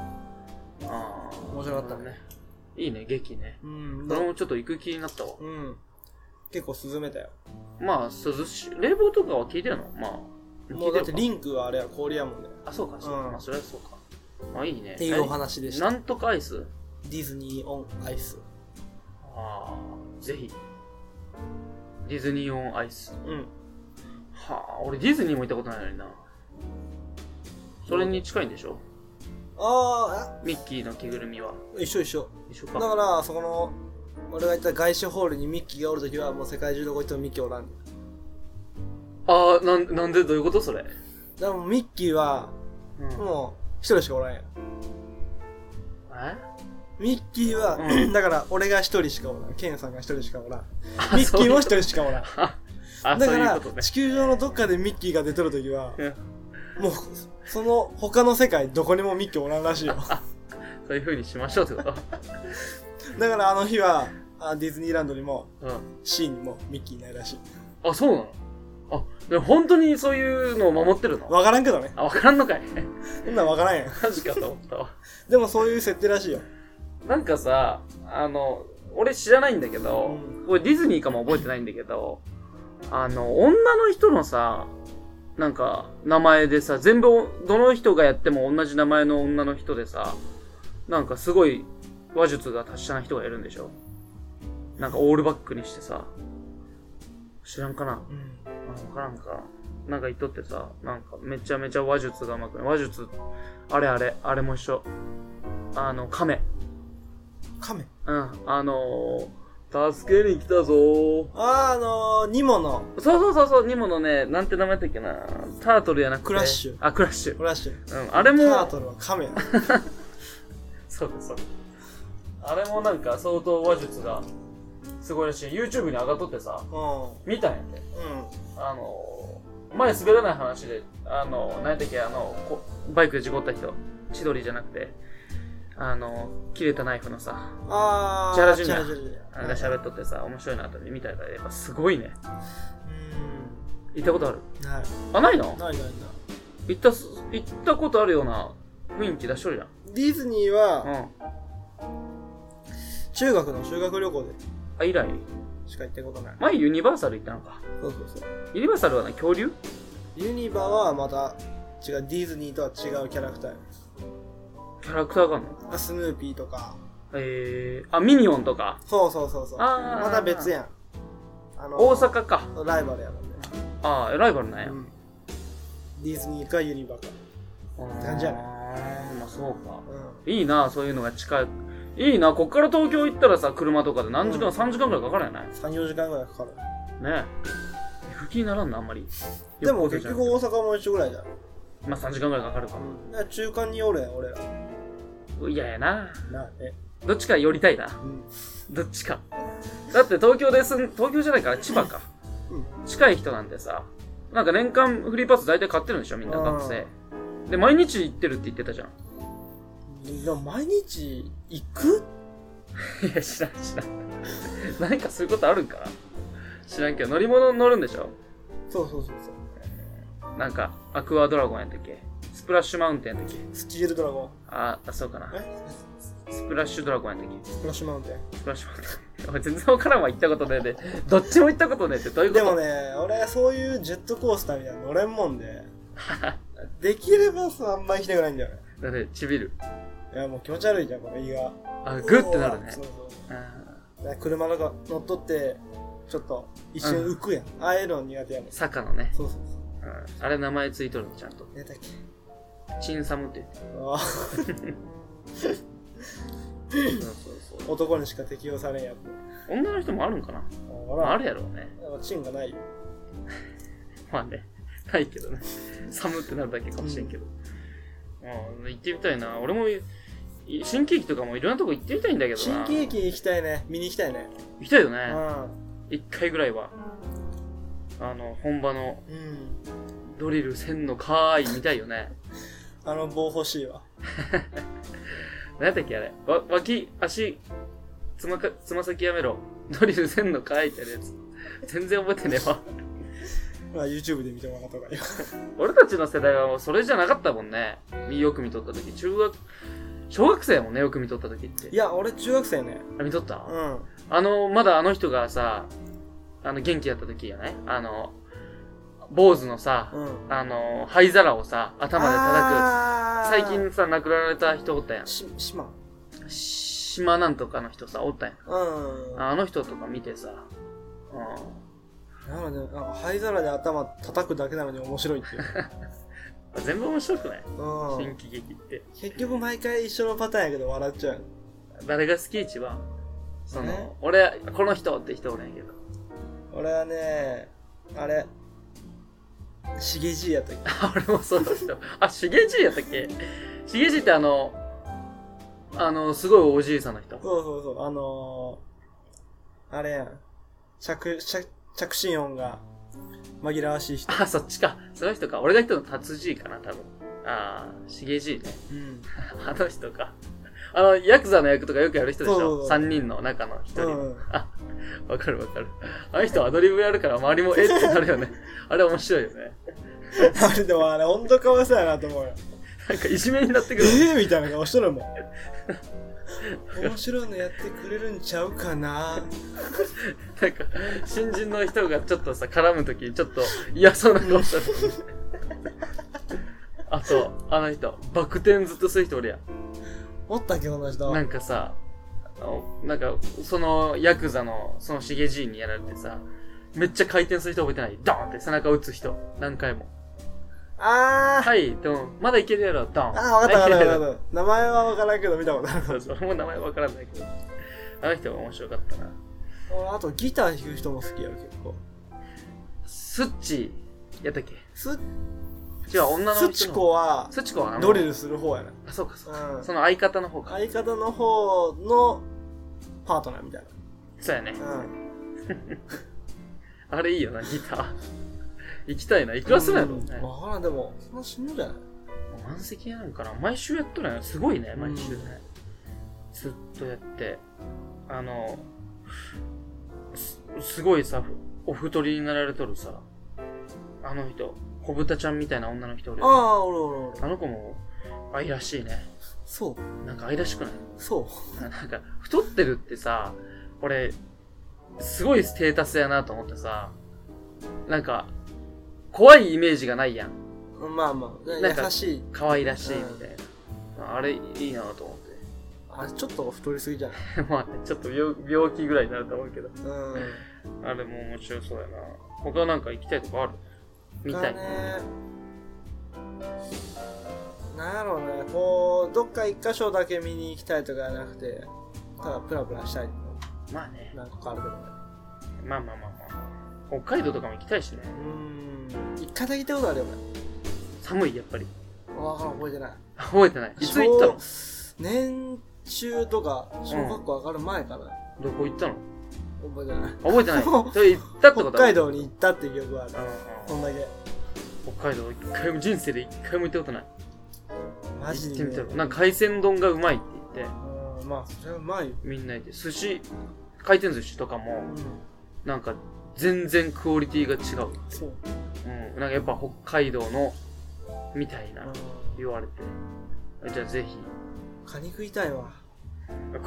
[SPEAKER 2] あ。
[SPEAKER 3] 面白かったね。
[SPEAKER 2] いいね、劇ね。
[SPEAKER 3] うん
[SPEAKER 2] 俺もちょっと行く気になったわ。
[SPEAKER 3] うん結構進めたよ
[SPEAKER 2] まあ、涼しい。冷房とかは効いてるのまあ。
[SPEAKER 3] もうだって
[SPEAKER 2] 効いる
[SPEAKER 3] リンクはあれは氷やもんね
[SPEAKER 2] かあ、そうか、そうか。
[SPEAKER 3] うん
[SPEAKER 2] まあ、それはそうか。まあ、いいね。
[SPEAKER 3] っていうお話でし
[SPEAKER 2] な
[SPEAKER 3] たデ
[SPEAKER 2] んとかアイス
[SPEAKER 3] ィズニーオンアイス
[SPEAKER 2] ああ、ぜひ。ディズニーオンアイス。
[SPEAKER 3] うん
[SPEAKER 2] はあ、俺ディズニーも行ったことないのにな。それに近いんでしょ
[SPEAKER 3] あ
[SPEAKER 2] ミッキーの着ぐるみは。
[SPEAKER 3] あ一緒一緒
[SPEAKER 2] 一緒
[SPEAKER 3] だ
[SPEAKER 2] か。
[SPEAKER 3] からそこの俺が行った外資ホールにミッキーがおるときはもう世界中どこ行ってもミッキーおらんねん
[SPEAKER 2] ああ、なん、なんでどういうことそれ。
[SPEAKER 3] だからもうミッキーは
[SPEAKER 2] うん。
[SPEAKER 3] もう一人しかおらんやん
[SPEAKER 2] え
[SPEAKER 3] ミッキーは、
[SPEAKER 2] う
[SPEAKER 3] だから俺が一人しかおらんケンさんが一人しかおらん
[SPEAKER 2] あ
[SPEAKER 3] ミッキーも一
[SPEAKER 2] そういう
[SPEAKER 3] 人しかおらん
[SPEAKER 2] あ、
[SPEAKER 3] だ
[SPEAKER 2] そ
[SPEAKER 3] か
[SPEAKER 2] ういう
[SPEAKER 3] ら、
[SPEAKER 2] ことね
[SPEAKER 3] 地。球上のどっかでミッキーが出とるときは
[SPEAKER 2] うん、
[SPEAKER 3] もう、その他の世界、どこにもミッキーおらんらしいよ。
[SPEAKER 2] そういう風にしましょうって <laughs> こと。
[SPEAKER 3] だからあの日は、あディズニーランドにも、
[SPEAKER 2] うん。
[SPEAKER 3] シーにもミッキーいないらしい。
[SPEAKER 2] あ、そうなのあ、でも本当にそういうのを守ってるの
[SPEAKER 3] わからんけどね。
[SPEAKER 2] あ、わからんのかい。 <laughs>
[SPEAKER 3] そんなんわからんやん。
[SPEAKER 2] マジかと思ったわ。
[SPEAKER 3] でもそういう設定らしいよ。
[SPEAKER 2] なんかさ、あの、俺知らないんだけど、俺ディズニーかも覚えてないんだけど、あの、女の人のさ、なんか、名前でさ、全部、どの人がやっても同じ名前の女の人でさ、なんかすごい話術が達者な人がいるんでしょなんかオールバックにしてさ、知らんかな
[SPEAKER 3] うん。
[SPEAKER 2] あわからんか。なんか言っとってさ、なんかめちゃめちゃ話術がうまくない。話術、あれあれ、あれも一緒。あの、亀。
[SPEAKER 3] カメ。
[SPEAKER 2] うん、あのー、助けに来たぞー。
[SPEAKER 3] あー、あのー、ニモの
[SPEAKER 2] そうそうそうそう、ニモのね、なんて名前だったっけな。タートルやなくて。
[SPEAKER 3] クラッシュ
[SPEAKER 2] あ、クラッシュ。
[SPEAKER 3] フラッシュ。
[SPEAKER 2] うん、あれも、
[SPEAKER 3] タートルはカメ。
[SPEAKER 2] そうそう。あれもなんか相当話術がすごいらしい。YouTube に上がっとってさ、
[SPEAKER 3] う
[SPEAKER 2] 見たんやて。
[SPEAKER 3] ん。うん。
[SPEAKER 2] あのー、前滑らない話で、あのー、何やったっけ、あのこバイクで事故った人。千鳥じゃなくて、あのー、切れたナイフのさ、
[SPEAKER 3] あー、
[SPEAKER 2] チャラジュニア
[SPEAKER 3] チャラジュニア
[SPEAKER 2] あれが喋っとってさ、面白いなと思って見たから、やっぱすごいね。
[SPEAKER 3] うん。
[SPEAKER 2] 行ったことある
[SPEAKER 3] ない。
[SPEAKER 2] あ、ないの
[SPEAKER 3] ないないない。
[SPEAKER 2] 行ったす、行ったことあるような雰囲気出しとるじ
[SPEAKER 3] ディズニー
[SPEAKER 2] ゃん。う
[SPEAKER 3] は、
[SPEAKER 2] ん。
[SPEAKER 3] 中学の修学旅行で
[SPEAKER 2] あ、以来
[SPEAKER 3] しか行ったことない。
[SPEAKER 2] 前ユニバーサル行ったのか。
[SPEAKER 3] そうそうそう。
[SPEAKER 2] ユニバーサルはね、恐竜
[SPEAKER 3] ユニバはまた違うディズニーとは違うキャラクター
[SPEAKER 2] キャラクターがあるの
[SPEAKER 3] あスヌーピーとか
[SPEAKER 2] えー、あ、ミニオンとか。
[SPEAKER 3] そうそうそうそう
[SPEAKER 2] あー
[SPEAKER 3] また別やんあの
[SPEAKER 2] 大阪か。
[SPEAKER 3] ライバルやもんね、
[SPEAKER 2] あー、ライバルなんや。
[SPEAKER 3] うん、ディズニーかユニバか、
[SPEAKER 2] うん
[SPEAKER 3] 感じやね
[SPEAKER 2] まあそうか。
[SPEAKER 3] う
[SPEAKER 2] いいな、そういうのが近い。いいな、こっから東京行ったらさ、車とかで何時間、
[SPEAKER 3] うん
[SPEAKER 2] 3時間くらいかからんやない
[SPEAKER 3] ん、34時間ぐらいかかる
[SPEAKER 2] ねえ。行く気にならんな、あんまり。
[SPEAKER 3] でも
[SPEAKER 2] よっぽど
[SPEAKER 3] 結
[SPEAKER 2] じゃな
[SPEAKER 3] 局
[SPEAKER 2] くて、
[SPEAKER 3] 大阪も一緒ぐらいじゃん、
[SPEAKER 2] まあ3時間くらいかかるか
[SPEAKER 3] だから中間におるやん俺ら
[SPEAKER 2] も。嫌やな。
[SPEAKER 3] なあね、
[SPEAKER 2] どっちか寄りたいな。
[SPEAKER 3] うん、
[SPEAKER 2] どっちか。だって東京ですん、東京じゃないから千葉か。
[SPEAKER 3] うん
[SPEAKER 2] 近い人なんでさ、なんか年間フリーパス大体買ってるんでしょみんな
[SPEAKER 3] うん
[SPEAKER 2] 学生。で、毎日行ってるって言ってたじゃん。
[SPEAKER 3] でも毎日行く
[SPEAKER 2] いや、知らん知らん。何かそういうことあるんかな知らんけど、乗り物乗るんでしょ
[SPEAKER 3] そうそうそうそう
[SPEAKER 2] なんか、アクアドラゴンやったっけスプラッシュマウンテンやったっけ
[SPEAKER 3] スチールドラゴン
[SPEAKER 2] あ、あそうかな。
[SPEAKER 3] え
[SPEAKER 2] スプラッシュドラゴンやったっ
[SPEAKER 3] スプラッシュマウンテ
[SPEAKER 2] けスプラッシュマウンテン。俺全然わからんわ、行ったことねえで。どっちも行ったことねえってどういう
[SPEAKER 3] ン
[SPEAKER 2] こ
[SPEAKER 3] <laughs> で
[SPEAKER 2] と
[SPEAKER 3] もね俺そういうジェットコースターみたいなの乗れんもん
[SPEAKER 2] <laughs>
[SPEAKER 3] でできればさあんま行きたくないんだよね
[SPEAKER 2] だって、ちびる。
[SPEAKER 3] いやもう気持ち悪いじゃんこの胃が
[SPEAKER 2] あ、グってなるね
[SPEAKER 3] そう。そう
[SPEAKER 2] うん
[SPEAKER 3] だから車の中乗っとってちょっと一瞬浮くやん、ああいうの苦手やもんそ
[SPEAKER 2] 坂のね、
[SPEAKER 3] うそうそう
[SPEAKER 2] うん、あれ名前ついとるのちゃんと
[SPEAKER 3] 何だっけ
[SPEAKER 2] チンサムって言って
[SPEAKER 3] ああ
[SPEAKER 2] そうそうそう
[SPEAKER 3] 男にしか適用されんやつ
[SPEAKER 2] 女の人もあるんかな
[SPEAKER 3] あ
[SPEAKER 2] まあ
[SPEAKER 3] ら
[SPEAKER 2] あ
[SPEAKER 3] れ
[SPEAKER 2] るやろうね
[SPEAKER 3] チンがないよ
[SPEAKER 2] まあね、ないけどね。寒ってなるだけかもしれんけど。うん、行ってみたいな。俺もい、い新喜劇とかもいろんなとこ行ってみたいんだけど
[SPEAKER 3] 新
[SPEAKER 2] な。
[SPEAKER 3] 喜劇行きたいね見に行きたいね
[SPEAKER 2] 行きたいよ
[SPEAKER 3] う
[SPEAKER 2] ね。
[SPEAKER 3] ん
[SPEAKER 2] 一回ぐらいは。あの、本場の
[SPEAKER 3] うん
[SPEAKER 2] ドリルせんのかーい見たいよね。
[SPEAKER 3] あの棒欲しいわ
[SPEAKER 2] 何やったっけあれ。わ、脇、足、つまか、つま先やめろ。ドリルせんのかーいってやるやつ。全然覚えてねえわ。
[SPEAKER 3] まあ YouTube で見てもらった方がいいわ
[SPEAKER 2] 俺たちの世代はもうそれじゃなかったもんね。よく見とった時。中学、小学生やもんね、よく見とった時って
[SPEAKER 3] い。や俺中学生ね
[SPEAKER 2] あ、見とった、
[SPEAKER 3] うん
[SPEAKER 2] あの、まだあの人がさ、あの、元気やった時やね。あの、坊主のさ、
[SPEAKER 3] うん
[SPEAKER 2] あの、灰皿をさ、頭で叩く。
[SPEAKER 3] あー
[SPEAKER 2] 最近さ、亡くなられた人おったやん。
[SPEAKER 3] し島
[SPEAKER 2] 島なんとかの人さ、おったやん。
[SPEAKER 3] うん
[SPEAKER 2] あの人とか見てさ、う
[SPEAKER 3] なのでなんか灰皿で頭叩くだけなのに面白いっていう、
[SPEAKER 2] ん。全部面白くない
[SPEAKER 3] う
[SPEAKER 2] 新
[SPEAKER 3] ん
[SPEAKER 2] 喜劇って。
[SPEAKER 3] 結局毎回一緒のパターンやけど笑っちゃう
[SPEAKER 2] 誰が好き一番そ
[SPEAKER 3] ね
[SPEAKER 2] の、俺、この人って人おるんやけど。
[SPEAKER 3] 俺はねあれしげじいやったっけ
[SPEAKER 2] あ俺もそうだった。あ、しげじいやったっけしげじいってあの、あの、すごいおじいさんの人。
[SPEAKER 3] そうそうそうあのー、あれやん着着着信音が紛らわしい人
[SPEAKER 2] あ、そっちか。その人か。俺が言ったの達じいかな、多分。ああ、しげじいね。
[SPEAKER 3] うん
[SPEAKER 2] あの人か。あの、ヤクザの役とかよくやる人でし
[SPEAKER 3] そうそうそ
[SPEAKER 2] ょ
[SPEAKER 3] う
[SPEAKER 2] 三人の中の一
[SPEAKER 3] う
[SPEAKER 2] 人。
[SPEAKER 3] ん
[SPEAKER 2] わかるわかる。あの人アドリブやるから周りもえってなるよね。あれ面白いよね。
[SPEAKER 3] あれでもあれ本当かわいそうやなと思うよ
[SPEAKER 2] なんかいじめになってくる。
[SPEAKER 3] ええみたいな顔しとるも
[SPEAKER 2] <laughs>
[SPEAKER 3] ん面白いのやってくれるんちゃうかな
[SPEAKER 2] なんか、新人の人がちょっとさ、絡むとき、ちょっと嫌そうな顔した。あと、あの人、バク転ずっとする人おるやん。
[SPEAKER 3] おったっけそんな人
[SPEAKER 2] なんかさ、あのなんか、その、ヤクザの、その、シゲじいにやられてさ、めっちゃ回転する人覚えてないドーンって背中打つ人、何回も。
[SPEAKER 3] あー
[SPEAKER 2] はい、でも、まだいけるやろ、ドーン。
[SPEAKER 3] あわかったわかった
[SPEAKER 2] はいいけるや
[SPEAKER 3] わ
[SPEAKER 2] ろ
[SPEAKER 3] か
[SPEAKER 2] <laughs>
[SPEAKER 3] った名前はわからんけど見たことある
[SPEAKER 2] そうそう、もう名前わからないけど。あの人が面白かったな。
[SPEAKER 3] 俺あとギター弾く人も好きや結構
[SPEAKER 2] スッチ、やったっけ
[SPEAKER 3] す
[SPEAKER 2] 違う、女の人
[SPEAKER 3] す
[SPEAKER 2] の。
[SPEAKER 3] ちこは
[SPEAKER 2] スッチコはあの
[SPEAKER 3] ドリルする方やな
[SPEAKER 2] あ、そうか、そうか。
[SPEAKER 3] うん
[SPEAKER 2] その相方の方か。
[SPEAKER 3] 相方の方のパートナーみたい
[SPEAKER 2] そうやね。
[SPEAKER 3] なうん
[SPEAKER 2] あれいいよな、ギター。 <laughs> 行きたいな。いくらするんやろ
[SPEAKER 3] うん
[SPEAKER 2] ね。
[SPEAKER 3] わからんでもそんな死ぬんじゃない
[SPEAKER 2] 満席やんから。毎週やっとるんやすごいね、毎週ね。ずっとやって。あの、すすごいさ、お太りになられとるさ、あの人、小豚ちゃんみたいな女の人おる
[SPEAKER 3] あ
[SPEAKER 2] よ
[SPEAKER 3] あおるおるおる
[SPEAKER 2] あの子も愛らしいね。
[SPEAKER 3] そう
[SPEAKER 2] なんか愛らしくない
[SPEAKER 3] そう
[SPEAKER 2] なんか、太ってるってさ、俺、すごいステータスやなと思ってさ、なんか、怖いイメージがないやん。
[SPEAKER 3] まあま
[SPEAKER 2] なん
[SPEAKER 3] あ
[SPEAKER 2] か
[SPEAKER 3] 優しい
[SPEAKER 2] 可愛らしいみたいな。あれ、いいなと思 <laughs> っ
[SPEAKER 3] あれちょっと太りすぎじゃない
[SPEAKER 2] て。まあね、ちょっと病病気ぐらいになると思うけど。
[SPEAKER 3] うん
[SPEAKER 2] あれも面白そうやな。他なんか行きたいとこある見たい。
[SPEAKER 3] ねなんやろうねこうどっか一箇所だけ見に行きたいとかじゃなくてただプラプラしたい
[SPEAKER 2] まあね。
[SPEAKER 3] なんかあるけどね
[SPEAKER 2] まあまあまあまあ。北海道とかも行きたいしね。
[SPEAKER 3] うん一回だけ行ったことあるよね
[SPEAKER 2] 寒い、やっぱり。
[SPEAKER 3] わからん覚えてない
[SPEAKER 2] 覚えてない。いつ行ったの
[SPEAKER 3] 小年中とか小学校上がる前かな、
[SPEAKER 2] どこ行ったの
[SPEAKER 3] 覚えてない
[SPEAKER 2] 覚えてな
[SPEAKER 3] もう
[SPEAKER 2] い。それ行ったって
[SPEAKER 3] 北
[SPEAKER 2] こと
[SPEAKER 3] 海
[SPEAKER 2] 道。
[SPEAKER 3] 道に行ったっていう記憶がある
[SPEAKER 2] うんうん
[SPEAKER 3] こんだけ
[SPEAKER 2] 北海道一回も人生で一回も行ったことない
[SPEAKER 3] マジ
[SPEAKER 2] 行っ
[SPEAKER 3] で、
[SPEAKER 2] てみ
[SPEAKER 3] ね
[SPEAKER 2] たらなんか海鮮丼がうまいって言って
[SPEAKER 3] うんまあそれはうまいよ、
[SPEAKER 2] みんな言って寿司回転寿司とか
[SPEAKER 3] う
[SPEAKER 2] も
[SPEAKER 3] ん、
[SPEAKER 2] なんか全然クオリティが違う、
[SPEAKER 3] そう、
[SPEAKER 2] うん、なんかやっぱ北海道のみたいな
[SPEAKER 3] う
[SPEAKER 2] 言われてじゃあぜひ
[SPEAKER 3] ん、カニ食いたいわ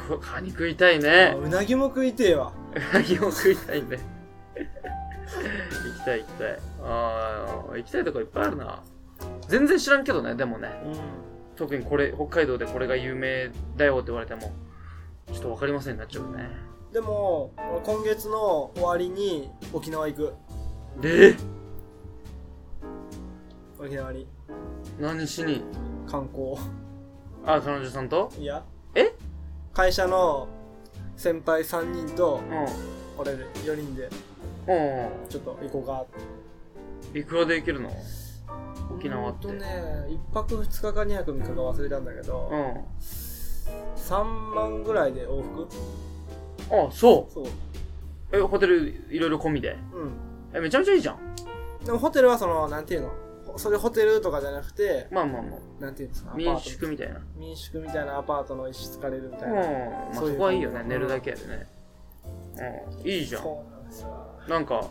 [SPEAKER 2] こカニ食いたいね
[SPEAKER 3] うなぎも食いてえわ
[SPEAKER 2] カニを食いたいね行きたい行きたいああ行きたいとこいっぱいあるな全然知らんけどねでもね
[SPEAKER 3] うん
[SPEAKER 2] 特にこれ北海道でこれが有名だよって言われてもちょっと分かりませんになっちゃうね
[SPEAKER 3] でも俺今月の終わりに沖縄行く
[SPEAKER 2] え
[SPEAKER 3] 沖縄に
[SPEAKER 2] 何しに
[SPEAKER 3] 観光 <laughs>
[SPEAKER 2] あ彼女さんと
[SPEAKER 3] いや
[SPEAKER 2] え
[SPEAKER 3] 会社の先輩3人と
[SPEAKER 2] うん
[SPEAKER 3] 俺4人で
[SPEAKER 2] うん。
[SPEAKER 3] ちょっと行こうか
[SPEAKER 2] いくらで行けるの沖縄って。
[SPEAKER 3] ほんとね1泊2日か2泊3日か忘れたんだけど、
[SPEAKER 2] う
[SPEAKER 3] 3万ぐらいで往復
[SPEAKER 2] ん。あ、そ
[SPEAKER 3] そう
[SPEAKER 2] う。え、ホテルいろいろ込みで。
[SPEAKER 3] うん
[SPEAKER 2] え、めちゃめちゃいいじゃん。
[SPEAKER 3] でもホテルはそのなんていうのほそれホテルとかじゃなくて
[SPEAKER 2] まあまあま
[SPEAKER 3] なんていうんですか
[SPEAKER 2] あ。
[SPEAKER 3] アパート
[SPEAKER 2] 民宿みたいな。
[SPEAKER 3] 民宿みたいなアパートの一室借りるみた
[SPEAKER 2] う
[SPEAKER 3] い
[SPEAKER 2] ん。
[SPEAKER 3] な、
[SPEAKER 2] まあそ
[SPEAKER 3] そういう感じ
[SPEAKER 2] こはいいよね。寝るだけやでね。うん。いいじゃん。
[SPEAKER 3] そうなんですよ
[SPEAKER 2] なんか、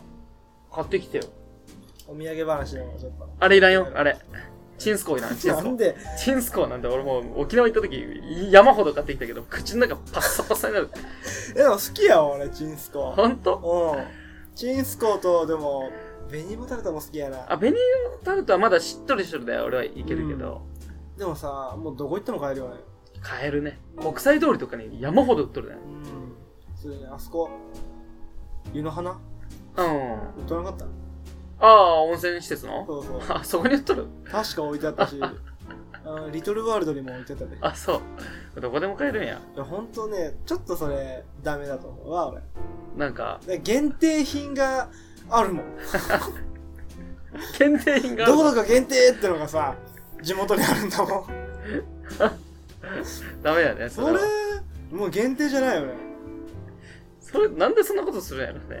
[SPEAKER 2] 買ってきてよ。
[SPEAKER 3] お土産話でもちょっと
[SPEAKER 2] あれいらんよ、あれ。チンスコーいらん、チンスコ
[SPEAKER 3] なん
[SPEAKER 2] ー。
[SPEAKER 3] で
[SPEAKER 2] チンスコーなんて俺もう沖縄行った時山ほど買ってきたけど、口の中パッサパサになる。
[SPEAKER 3] えでも好きやわ俺チンスコ
[SPEAKER 2] ほんと
[SPEAKER 3] うんチンスコとでも紅もタルトも好きやな
[SPEAKER 2] あ、ベニータルトはまだしっとりしてるだよ、俺はいけるけど。
[SPEAKER 3] でもさもうどこ行っても買えるよね
[SPEAKER 2] 買えるね。国際通りとかに山ほど売っとるね。
[SPEAKER 3] うんそれねあそこ湯の花
[SPEAKER 2] うん。
[SPEAKER 3] 売っとなかった
[SPEAKER 2] ああ、温泉施設の
[SPEAKER 3] そうそう
[SPEAKER 2] あ、そこに売っとる
[SPEAKER 3] 確か置いてあったしあのリトルワールドにも置いてあったでい
[SPEAKER 2] あ、そう。どこでも買えるんや。
[SPEAKER 3] やほんとねちょっとそれダメだと思うわ俺
[SPEAKER 2] なんか、
[SPEAKER 3] で限定品があるもん
[SPEAKER 2] 検定品がある
[SPEAKER 3] どこどこ限定ってのがさ地元にあるんだもん
[SPEAKER 2] ダメやね、そ
[SPEAKER 3] そ
[SPEAKER 2] れ
[SPEAKER 3] れ
[SPEAKER 2] は。
[SPEAKER 3] もう限定じゃないよね
[SPEAKER 2] それ、なんでそんなことするんやろね。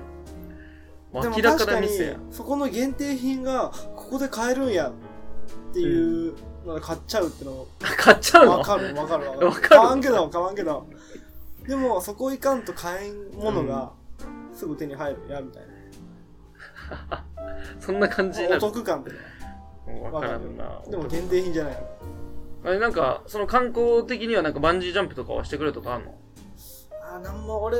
[SPEAKER 3] でも
[SPEAKER 2] 明らか
[SPEAKER 3] 確
[SPEAKER 2] な
[SPEAKER 3] かに
[SPEAKER 2] ミスや。
[SPEAKER 3] そこの限定品がここで買えるんやっていうので買っちゃうっての
[SPEAKER 2] 買っちゃうの
[SPEAKER 3] わかるわかるわかる
[SPEAKER 2] わかる
[SPEAKER 3] 買わんけど買わんけどでもそこ行かんと買えんものがすぐ手に入るやみたい
[SPEAKER 2] そんな感じに
[SPEAKER 3] な
[SPEAKER 2] な
[SPEAKER 3] お
[SPEAKER 2] る。
[SPEAKER 3] 得感っていう
[SPEAKER 2] わからんな。
[SPEAKER 3] のでも限定品じゃないの
[SPEAKER 2] あれなんか、その観光的にはなんかバンジージャンプとかはしてくれとかあんの
[SPEAKER 3] あーなんも俺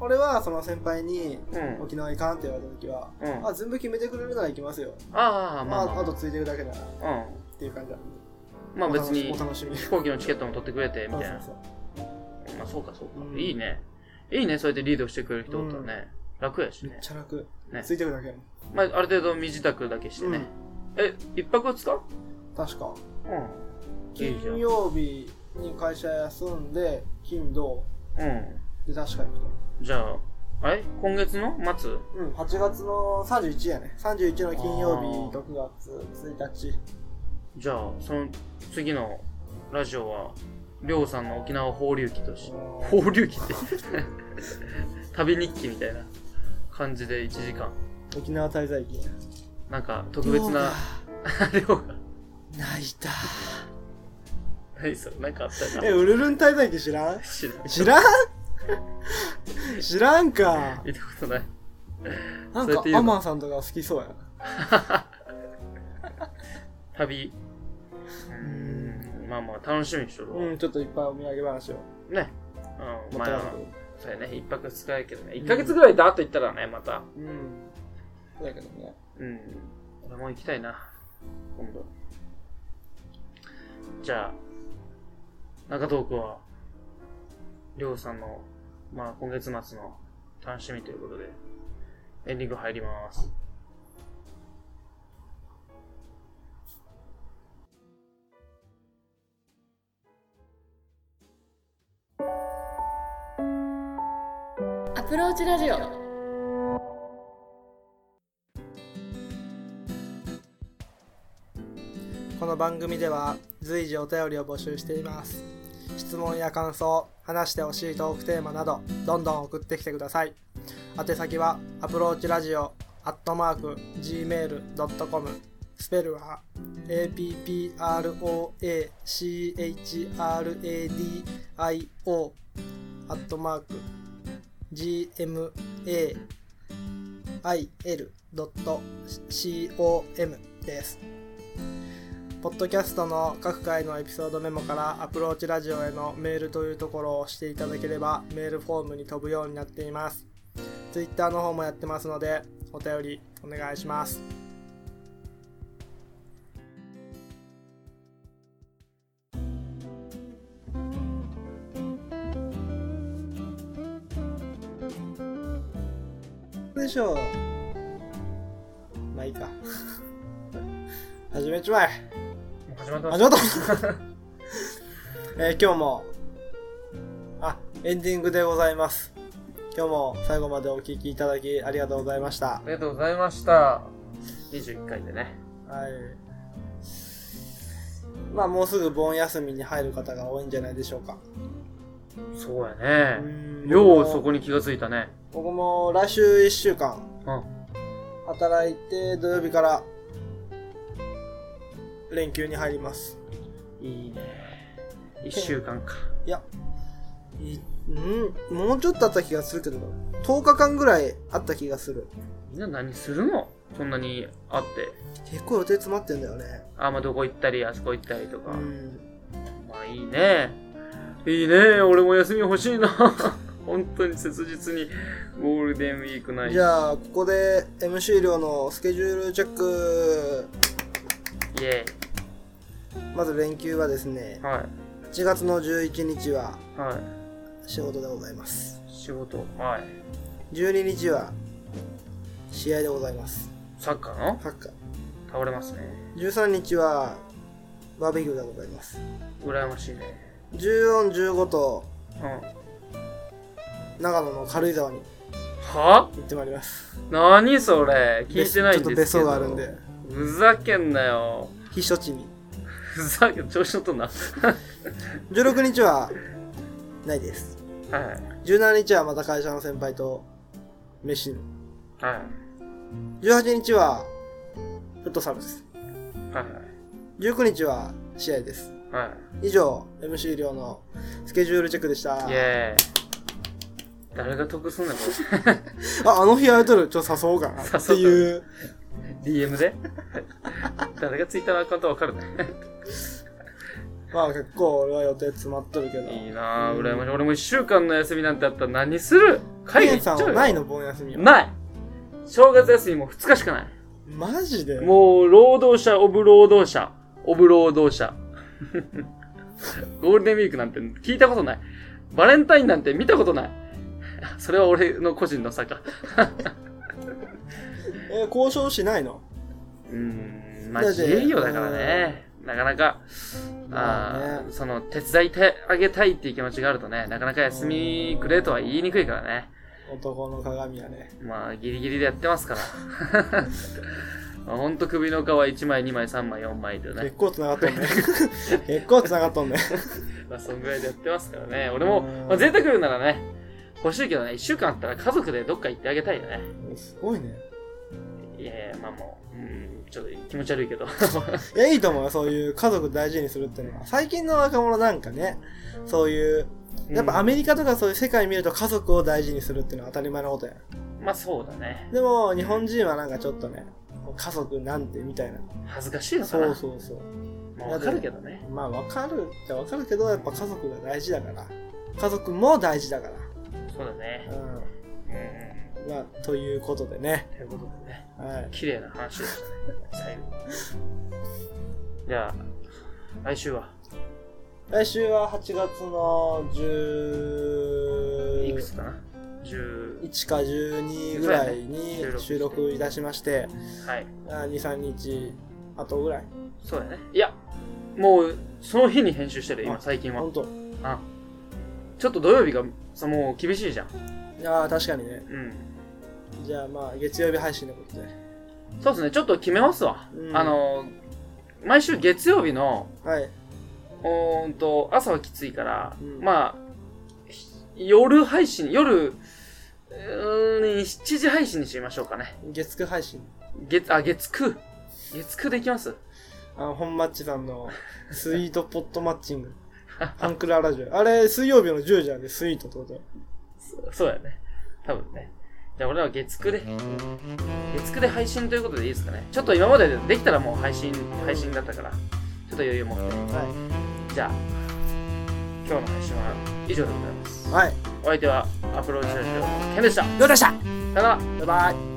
[SPEAKER 3] 俺はその先輩に
[SPEAKER 2] うん。
[SPEAKER 3] 沖縄行かんって言われた時は、
[SPEAKER 2] うん。あ
[SPEAKER 3] あ全部決めてくれるなら行きますよ、
[SPEAKER 2] あ、
[SPEAKER 3] ま
[SPEAKER 2] まあ
[SPEAKER 3] あ
[SPEAKER 2] まあ。
[SPEAKER 3] あ、とついてるだけならっ
[SPEAKER 2] う
[SPEAKER 3] ていう感じだ
[SPEAKER 2] ん。まあ別に
[SPEAKER 3] お楽しみ
[SPEAKER 2] 飛行機のチケットも取ってくれて、みたいな。
[SPEAKER 3] そうそうそう
[SPEAKER 2] まあそうかそうか。
[SPEAKER 3] うん
[SPEAKER 2] いいね。いいね、そうやってリードしてくれる人おったらね。楽やし
[SPEAKER 3] め
[SPEAKER 2] ね
[SPEAKER 3] っ。ちゃ楽、
[SPEAKER 2] ね
[SPEAKER 3] ついてるだけやもん
[SPEAKER 2] まあある程度身支度だけしてね。え、一泊二日
[SPEAKER 3] 確
[SPEAKER 2] う
[SPEAKER 3] か
[SPEAKER 2] ん。いいじゃん。
[SPEAKER 3] 金
[SPEAKER 2] うん。
[SPEAKER 3] 曜日に会社休んで金土で確か行くと
[SPEAKER 2] じゃあ、あれ今月の末
[SPEAKER 3] うん8月の31やね31の金曜日と9月1日
[SPEAKER 2] じゃあ、その次のラジオは、りょうさんの沖縄放流記とし、放流記って <laughs> 旅日記みたいな感じで1時間
[SPEAKER 3] 沖縄滞在期
[SPEAKER 2] なんか特別なりょうが
[SPEAKER 3] 泣いた
[SPEAKER 2] 何それなんかあったか
[SPEAKER 3] えウルルン滞在期知らん
[SPEAKER 2] 知らん
[SPEAKER 3] 知らん <laughs> 知らんか
[SPEAKER 2] 見たことない
[SPEAKER 3] なん
[SPEAKER 2] そうやっ
[SPEAKER 3] か
[SPEAKER 2] て言う
[SPEAKER 3] ア
[SPEAKER 2] の
[SPEAKER 3] マンさんとか好きそうやな
[SPEAKER 2] 旅うーんまあまあ楽しみにしとるわ、
[SPEAKER 3] うんちょっといっぱいお土産話を
[SPEAKER 2] ねうん
[SPEAKER 3] ま
[SPEAKER 2] ま
[SPEAKER 3] た
[SPEAKER 2] あそうやね一泊二日やけどね一ヶ月ぐらいだと言ったらねまた
[SPEAKER 3] うんそうやけどね
[SPEAKER 2] うん俺も行きたいな今度じゃあ中東区はりょうさんのまあ今月末の楽しみということでエンディング入ります
[SPEAKER 1] アプローチラジオ
[SPEAKER 3] この番組では随時お便りを募集しています質問や感想話してほしいトークテーマなどどんどん送ってきてください宛先はアプローチラジオアットマーク Gmail.com スペルは APPROACHRADIO アットマーク GMAIL.com ですポッドキャストの各回のエピソードメモからアプローチラジオへのメールというところを押していただければメールフォームに飛ぶようになっています。Twitter の方もやってますのでお便りお願いします。でしょう。まあいいか。 <laughs> 始めちまえ。
[SPEAKER 2] もう始まってま
[SPEAKER 3] あ、
[SPEAKER 2] す
[SPEAKER 3] ちょっと <laughs> えー今日も、あ、エンディングでございます。今日も最後までお聞きいただきありがとうございました
[SPEAKER 2] あ。りがとうございました。21回でね。
[SPEAKER 3] はい。まあもうすぐ盆休みに入る方が多いんじゃないでしょうか。
[SPEAKER 2] そうやね。
[SPEAKER 3] ん
[SPEAKER 2] ようそこに気がついたね。
[SPEAKER 3] 僕も来週1週間
[SPEAKER 2] うん。
[SPEAKER 3] 働いて土曜日から連休に入ります。
[SPEAKER 2] いいね。一週間か。
[SPEAKER 3] いや、いうん、もうちょっとあった気がするけど、10日間ぐらいあった気がする。
[SPEAKER 2] みんな何するのそんなに会って。
[SPEAKER 3] 結構予定詰まってんだよね。
[SPEAKER 2] あ、まあ、どこ行ったり、あそこ行ったりとか。
[SPEAKER 3] うん。
[SPEAKER 2] まあ、いいね。いいね。俺も休み欲しいな。 <laughs> 本当に切実にゴールデンウィークない。
[SPEAKER 3] じゃあ、ここで MC 量のスケジュールチェック。
[SPEAKER 2] イエ
[SPEAKER 3] まず連休はですね
[SPEAKER 2] ーイ。、は。
[SPEAKER 3] 1月の11日はい
[SPEAKER 2] は
[SPEAKER 3] 仕事でございます。
[SPEAKER 2] い。仕事。はい。
[SPEAKER 3] 12日は試合でございます。
[SPEAKER 2] サッカーの
[SPEAKER 3] サッカー。
[SPEAKER 2] 倒れますね。
[SPEAKER 3] 13日はバーベキューでございます。
[SPEAKER 2] 羨ましいね。
[SPEAKER 3] 14、15と
[SPEAKER 2] うん。
[SPEAKER 3] 長野の軽井沢に
[SPEAKER 2] は
[SPEAKER 3] 行ってまいります。
[SPEAKER 2] 何それ聞いてないんですけど。
[SPEAKER 3] ちょっと別荘があるんで、
[SPEAKER 2] ふざけんなよ。
[SPEAKER 3] 避暑地に。
[SPEAKER 2] ふざけ、調子乗っとんな。
[SPEAKER 3] 16日はないです。
[SPEAKER 2] はい。
[SPEAKER 3] 17日はまた会社の先輩と飯に。
[SPEAKER 2] は
[SPEAKER 3] 18日はフットサルです。
[SPEAKER 2] い。はい。
[SPEAKER 3] 19日は試合です。
[SPEAKER 2] はい。
[SPEAKER 3] 以上、MC 量のスケジュールチェックでした。
[SPEAKER 2] イエーイ。誰が得すんねん、こ
[SPEAKER 3] あ、あの日空いとる、ちょっと誘おう
[SPEAKER 2] <laughs>
[SPEAKER 3] かな。っていう。
[SPEAKER 2] れ。DM <laughs> で誰がツイッターのアカウントわかるね。
[SPEAKER 3] まあ結構俺は予定詰まっとるけど。
[SPEAKER 2] いいなぁ、羨ましい。俺も一週間の休みなんてあったら何する海外
[SPEAKER 3] ケンさ
[SPEAKER 2] 行っ
[SPEAKER 3] ん
[SPEAKER 2] ちゃう
[SPEAKER 3] は
[SPEAKER 2] よ。
[SPEAKER 3] ないの、盆休みは。
[SPEAKER 2] ない正月休みも2日しかな
[SPEAKER 3] マジで
[SPEAKER 2] い。もう、労働者、オブ労働者、オブ労働
[SPEAKER 3] <laughs>
[SPEAKER 2] 者。ゴールデンウィークなんて聞いたことない。バレンタインなんて見たことない。 <laughs> それは俺の個人の差か。
[SPEAKER 3] えー交渉しないの
[SPEAKER 2] うーん、まあ
[SPEAKER 3] だって
[SPEAKER 2] 自営業だからね。なかなか、
[SPEAKER 3] まあ
[SPEAKER 2] あ
[SPEAKER 3] ね
[SPEAKER 2] ーその、手伝いてあげたいっていう気持ちがあるとね、なかなか休みくれとは言いにくいからね。
[SPEAKER 3] 男の鏡やね。
[SPEAKER 2] まあ、ギリギリでやってますから。 <laughs> まあほんと首の皮1枚、2枚、3枚、4枚で
[SPEAKER 3] 結
[SPEAKER 2] ね。
[SPEAKER 3] 構繋がっと
[SPEAKER 2] <laughs>
[SPEAKER 3] んね。結構繋がっとんね。
[SPEAKER 2] まあ、そんぐらいでやってますからね。俺も、
[SPEAKER 3] うん
[SPEAKER 2] まあ、贅沢言うならね、欲しいけどね、1週間あったら家族でどっか行ってあげたいよね。
[SPEAKER 3] すごいね。
[SPEAKER 2] いやいや、まあもう、うん、ちょっと気持ち悪いけど。
[SPEAKER 3] いや、いいと思うよ。そういう家族大事にするっていうのは。最近の若者なんかね、そういう、 <laughs> やっぱアメリカとかそういう世界見ると家族を大事にするっていうのは当たり前のことや。
[SPEAKER 2] うんまあそうだね。
[SPEAKER 3] でも、日本人はなんかちょっとね、家族なんてみたいな。
[SPEAKER 2] 恥ずかしいのか
[SPEAKER 3] そ
[SPEAKER 2] な。
[SPEAKER 3] うそうそう。
[SPEAKER 2] まあわかるけどね。
[SPEAKER 3] まあわかるってわかるけどやっぱ家族が大事だから家族も大事だか
[SPEAKER 2] そうだね
[SPEAKER 3] ら。う
[SPEAKER 2] うん。
[SPEAKER 3] んまあということでね
[SPEAKER 2] ということでね、
[SPEAKER 3] はい
[SPEAKER 2] 綺麗な話でしたね。最後。じゃあ、来週は
[SPEAKER 3] 来週は8月の
[SPEAKER 2] いくつ
[SPEAKER 3] 11
[SPEAKER 2] かな ?10、
[SPEAKER 3] か12ぐらいに収録いたしまして
[SPEAKER 2] はい。
[SPEAKER 3] 23日あとぐらい
[SPEAKER 2] そうだね。いや、もう、その日に編集してる、今、
[SPEAKER 3] あ
[SPEAKER 2] 最近は
[SPEAKER 3] ほ。んと
[SPEAKER 2] あちょっと土曜日がさ、もう厳しいじゃん。
[SPEAKER 3] ああ確かにね
[SPEAKER 2] うん。
[SPEAKER 3] じゃあまあ月曜日配信のことで
[SPEAKER 2] そうですね、ちょっと決めますわ。
[SPEAKER 3] うん
[SPEAKER 2] あの、毎週月曜日の、
[SPEAKER 3] はい、
[SPEAKER 2] うーんと、朝はきついから、
[SPEAKER 3] うん
[SPEAKER 2] まあ、ひ夜配信、夜、うーん、7時配信にしましょうかね。
[SPEAKER 3] 月9配信
[SPEAKER 2] 月、あ、月9。月9できます
[SPEAKER 3] あの本マッチさんのスイートポットマッチングハンクララジオあれ水曜日の10時なんでスイートってこと
[SPEAKER 2] そうだよね。多分ね。じゃあ俺らは月9で、月9で配信ということでいいですかね。ちょっと今までできたらもう配信、配信だったから、ちょっと余裕持って。
[SPEAKER 3] は
[SPEAKER 2] じゃあ、今日の配信は以上でございます。
[SPEAKER 3] い。はい。
[SPEAKER 2] お相手はアプローチラジオのケンでした。さ
[SPEAKER 3] どうでした
[SPEAKER 2] よなら。
[SPEAKER 3] バイバイ。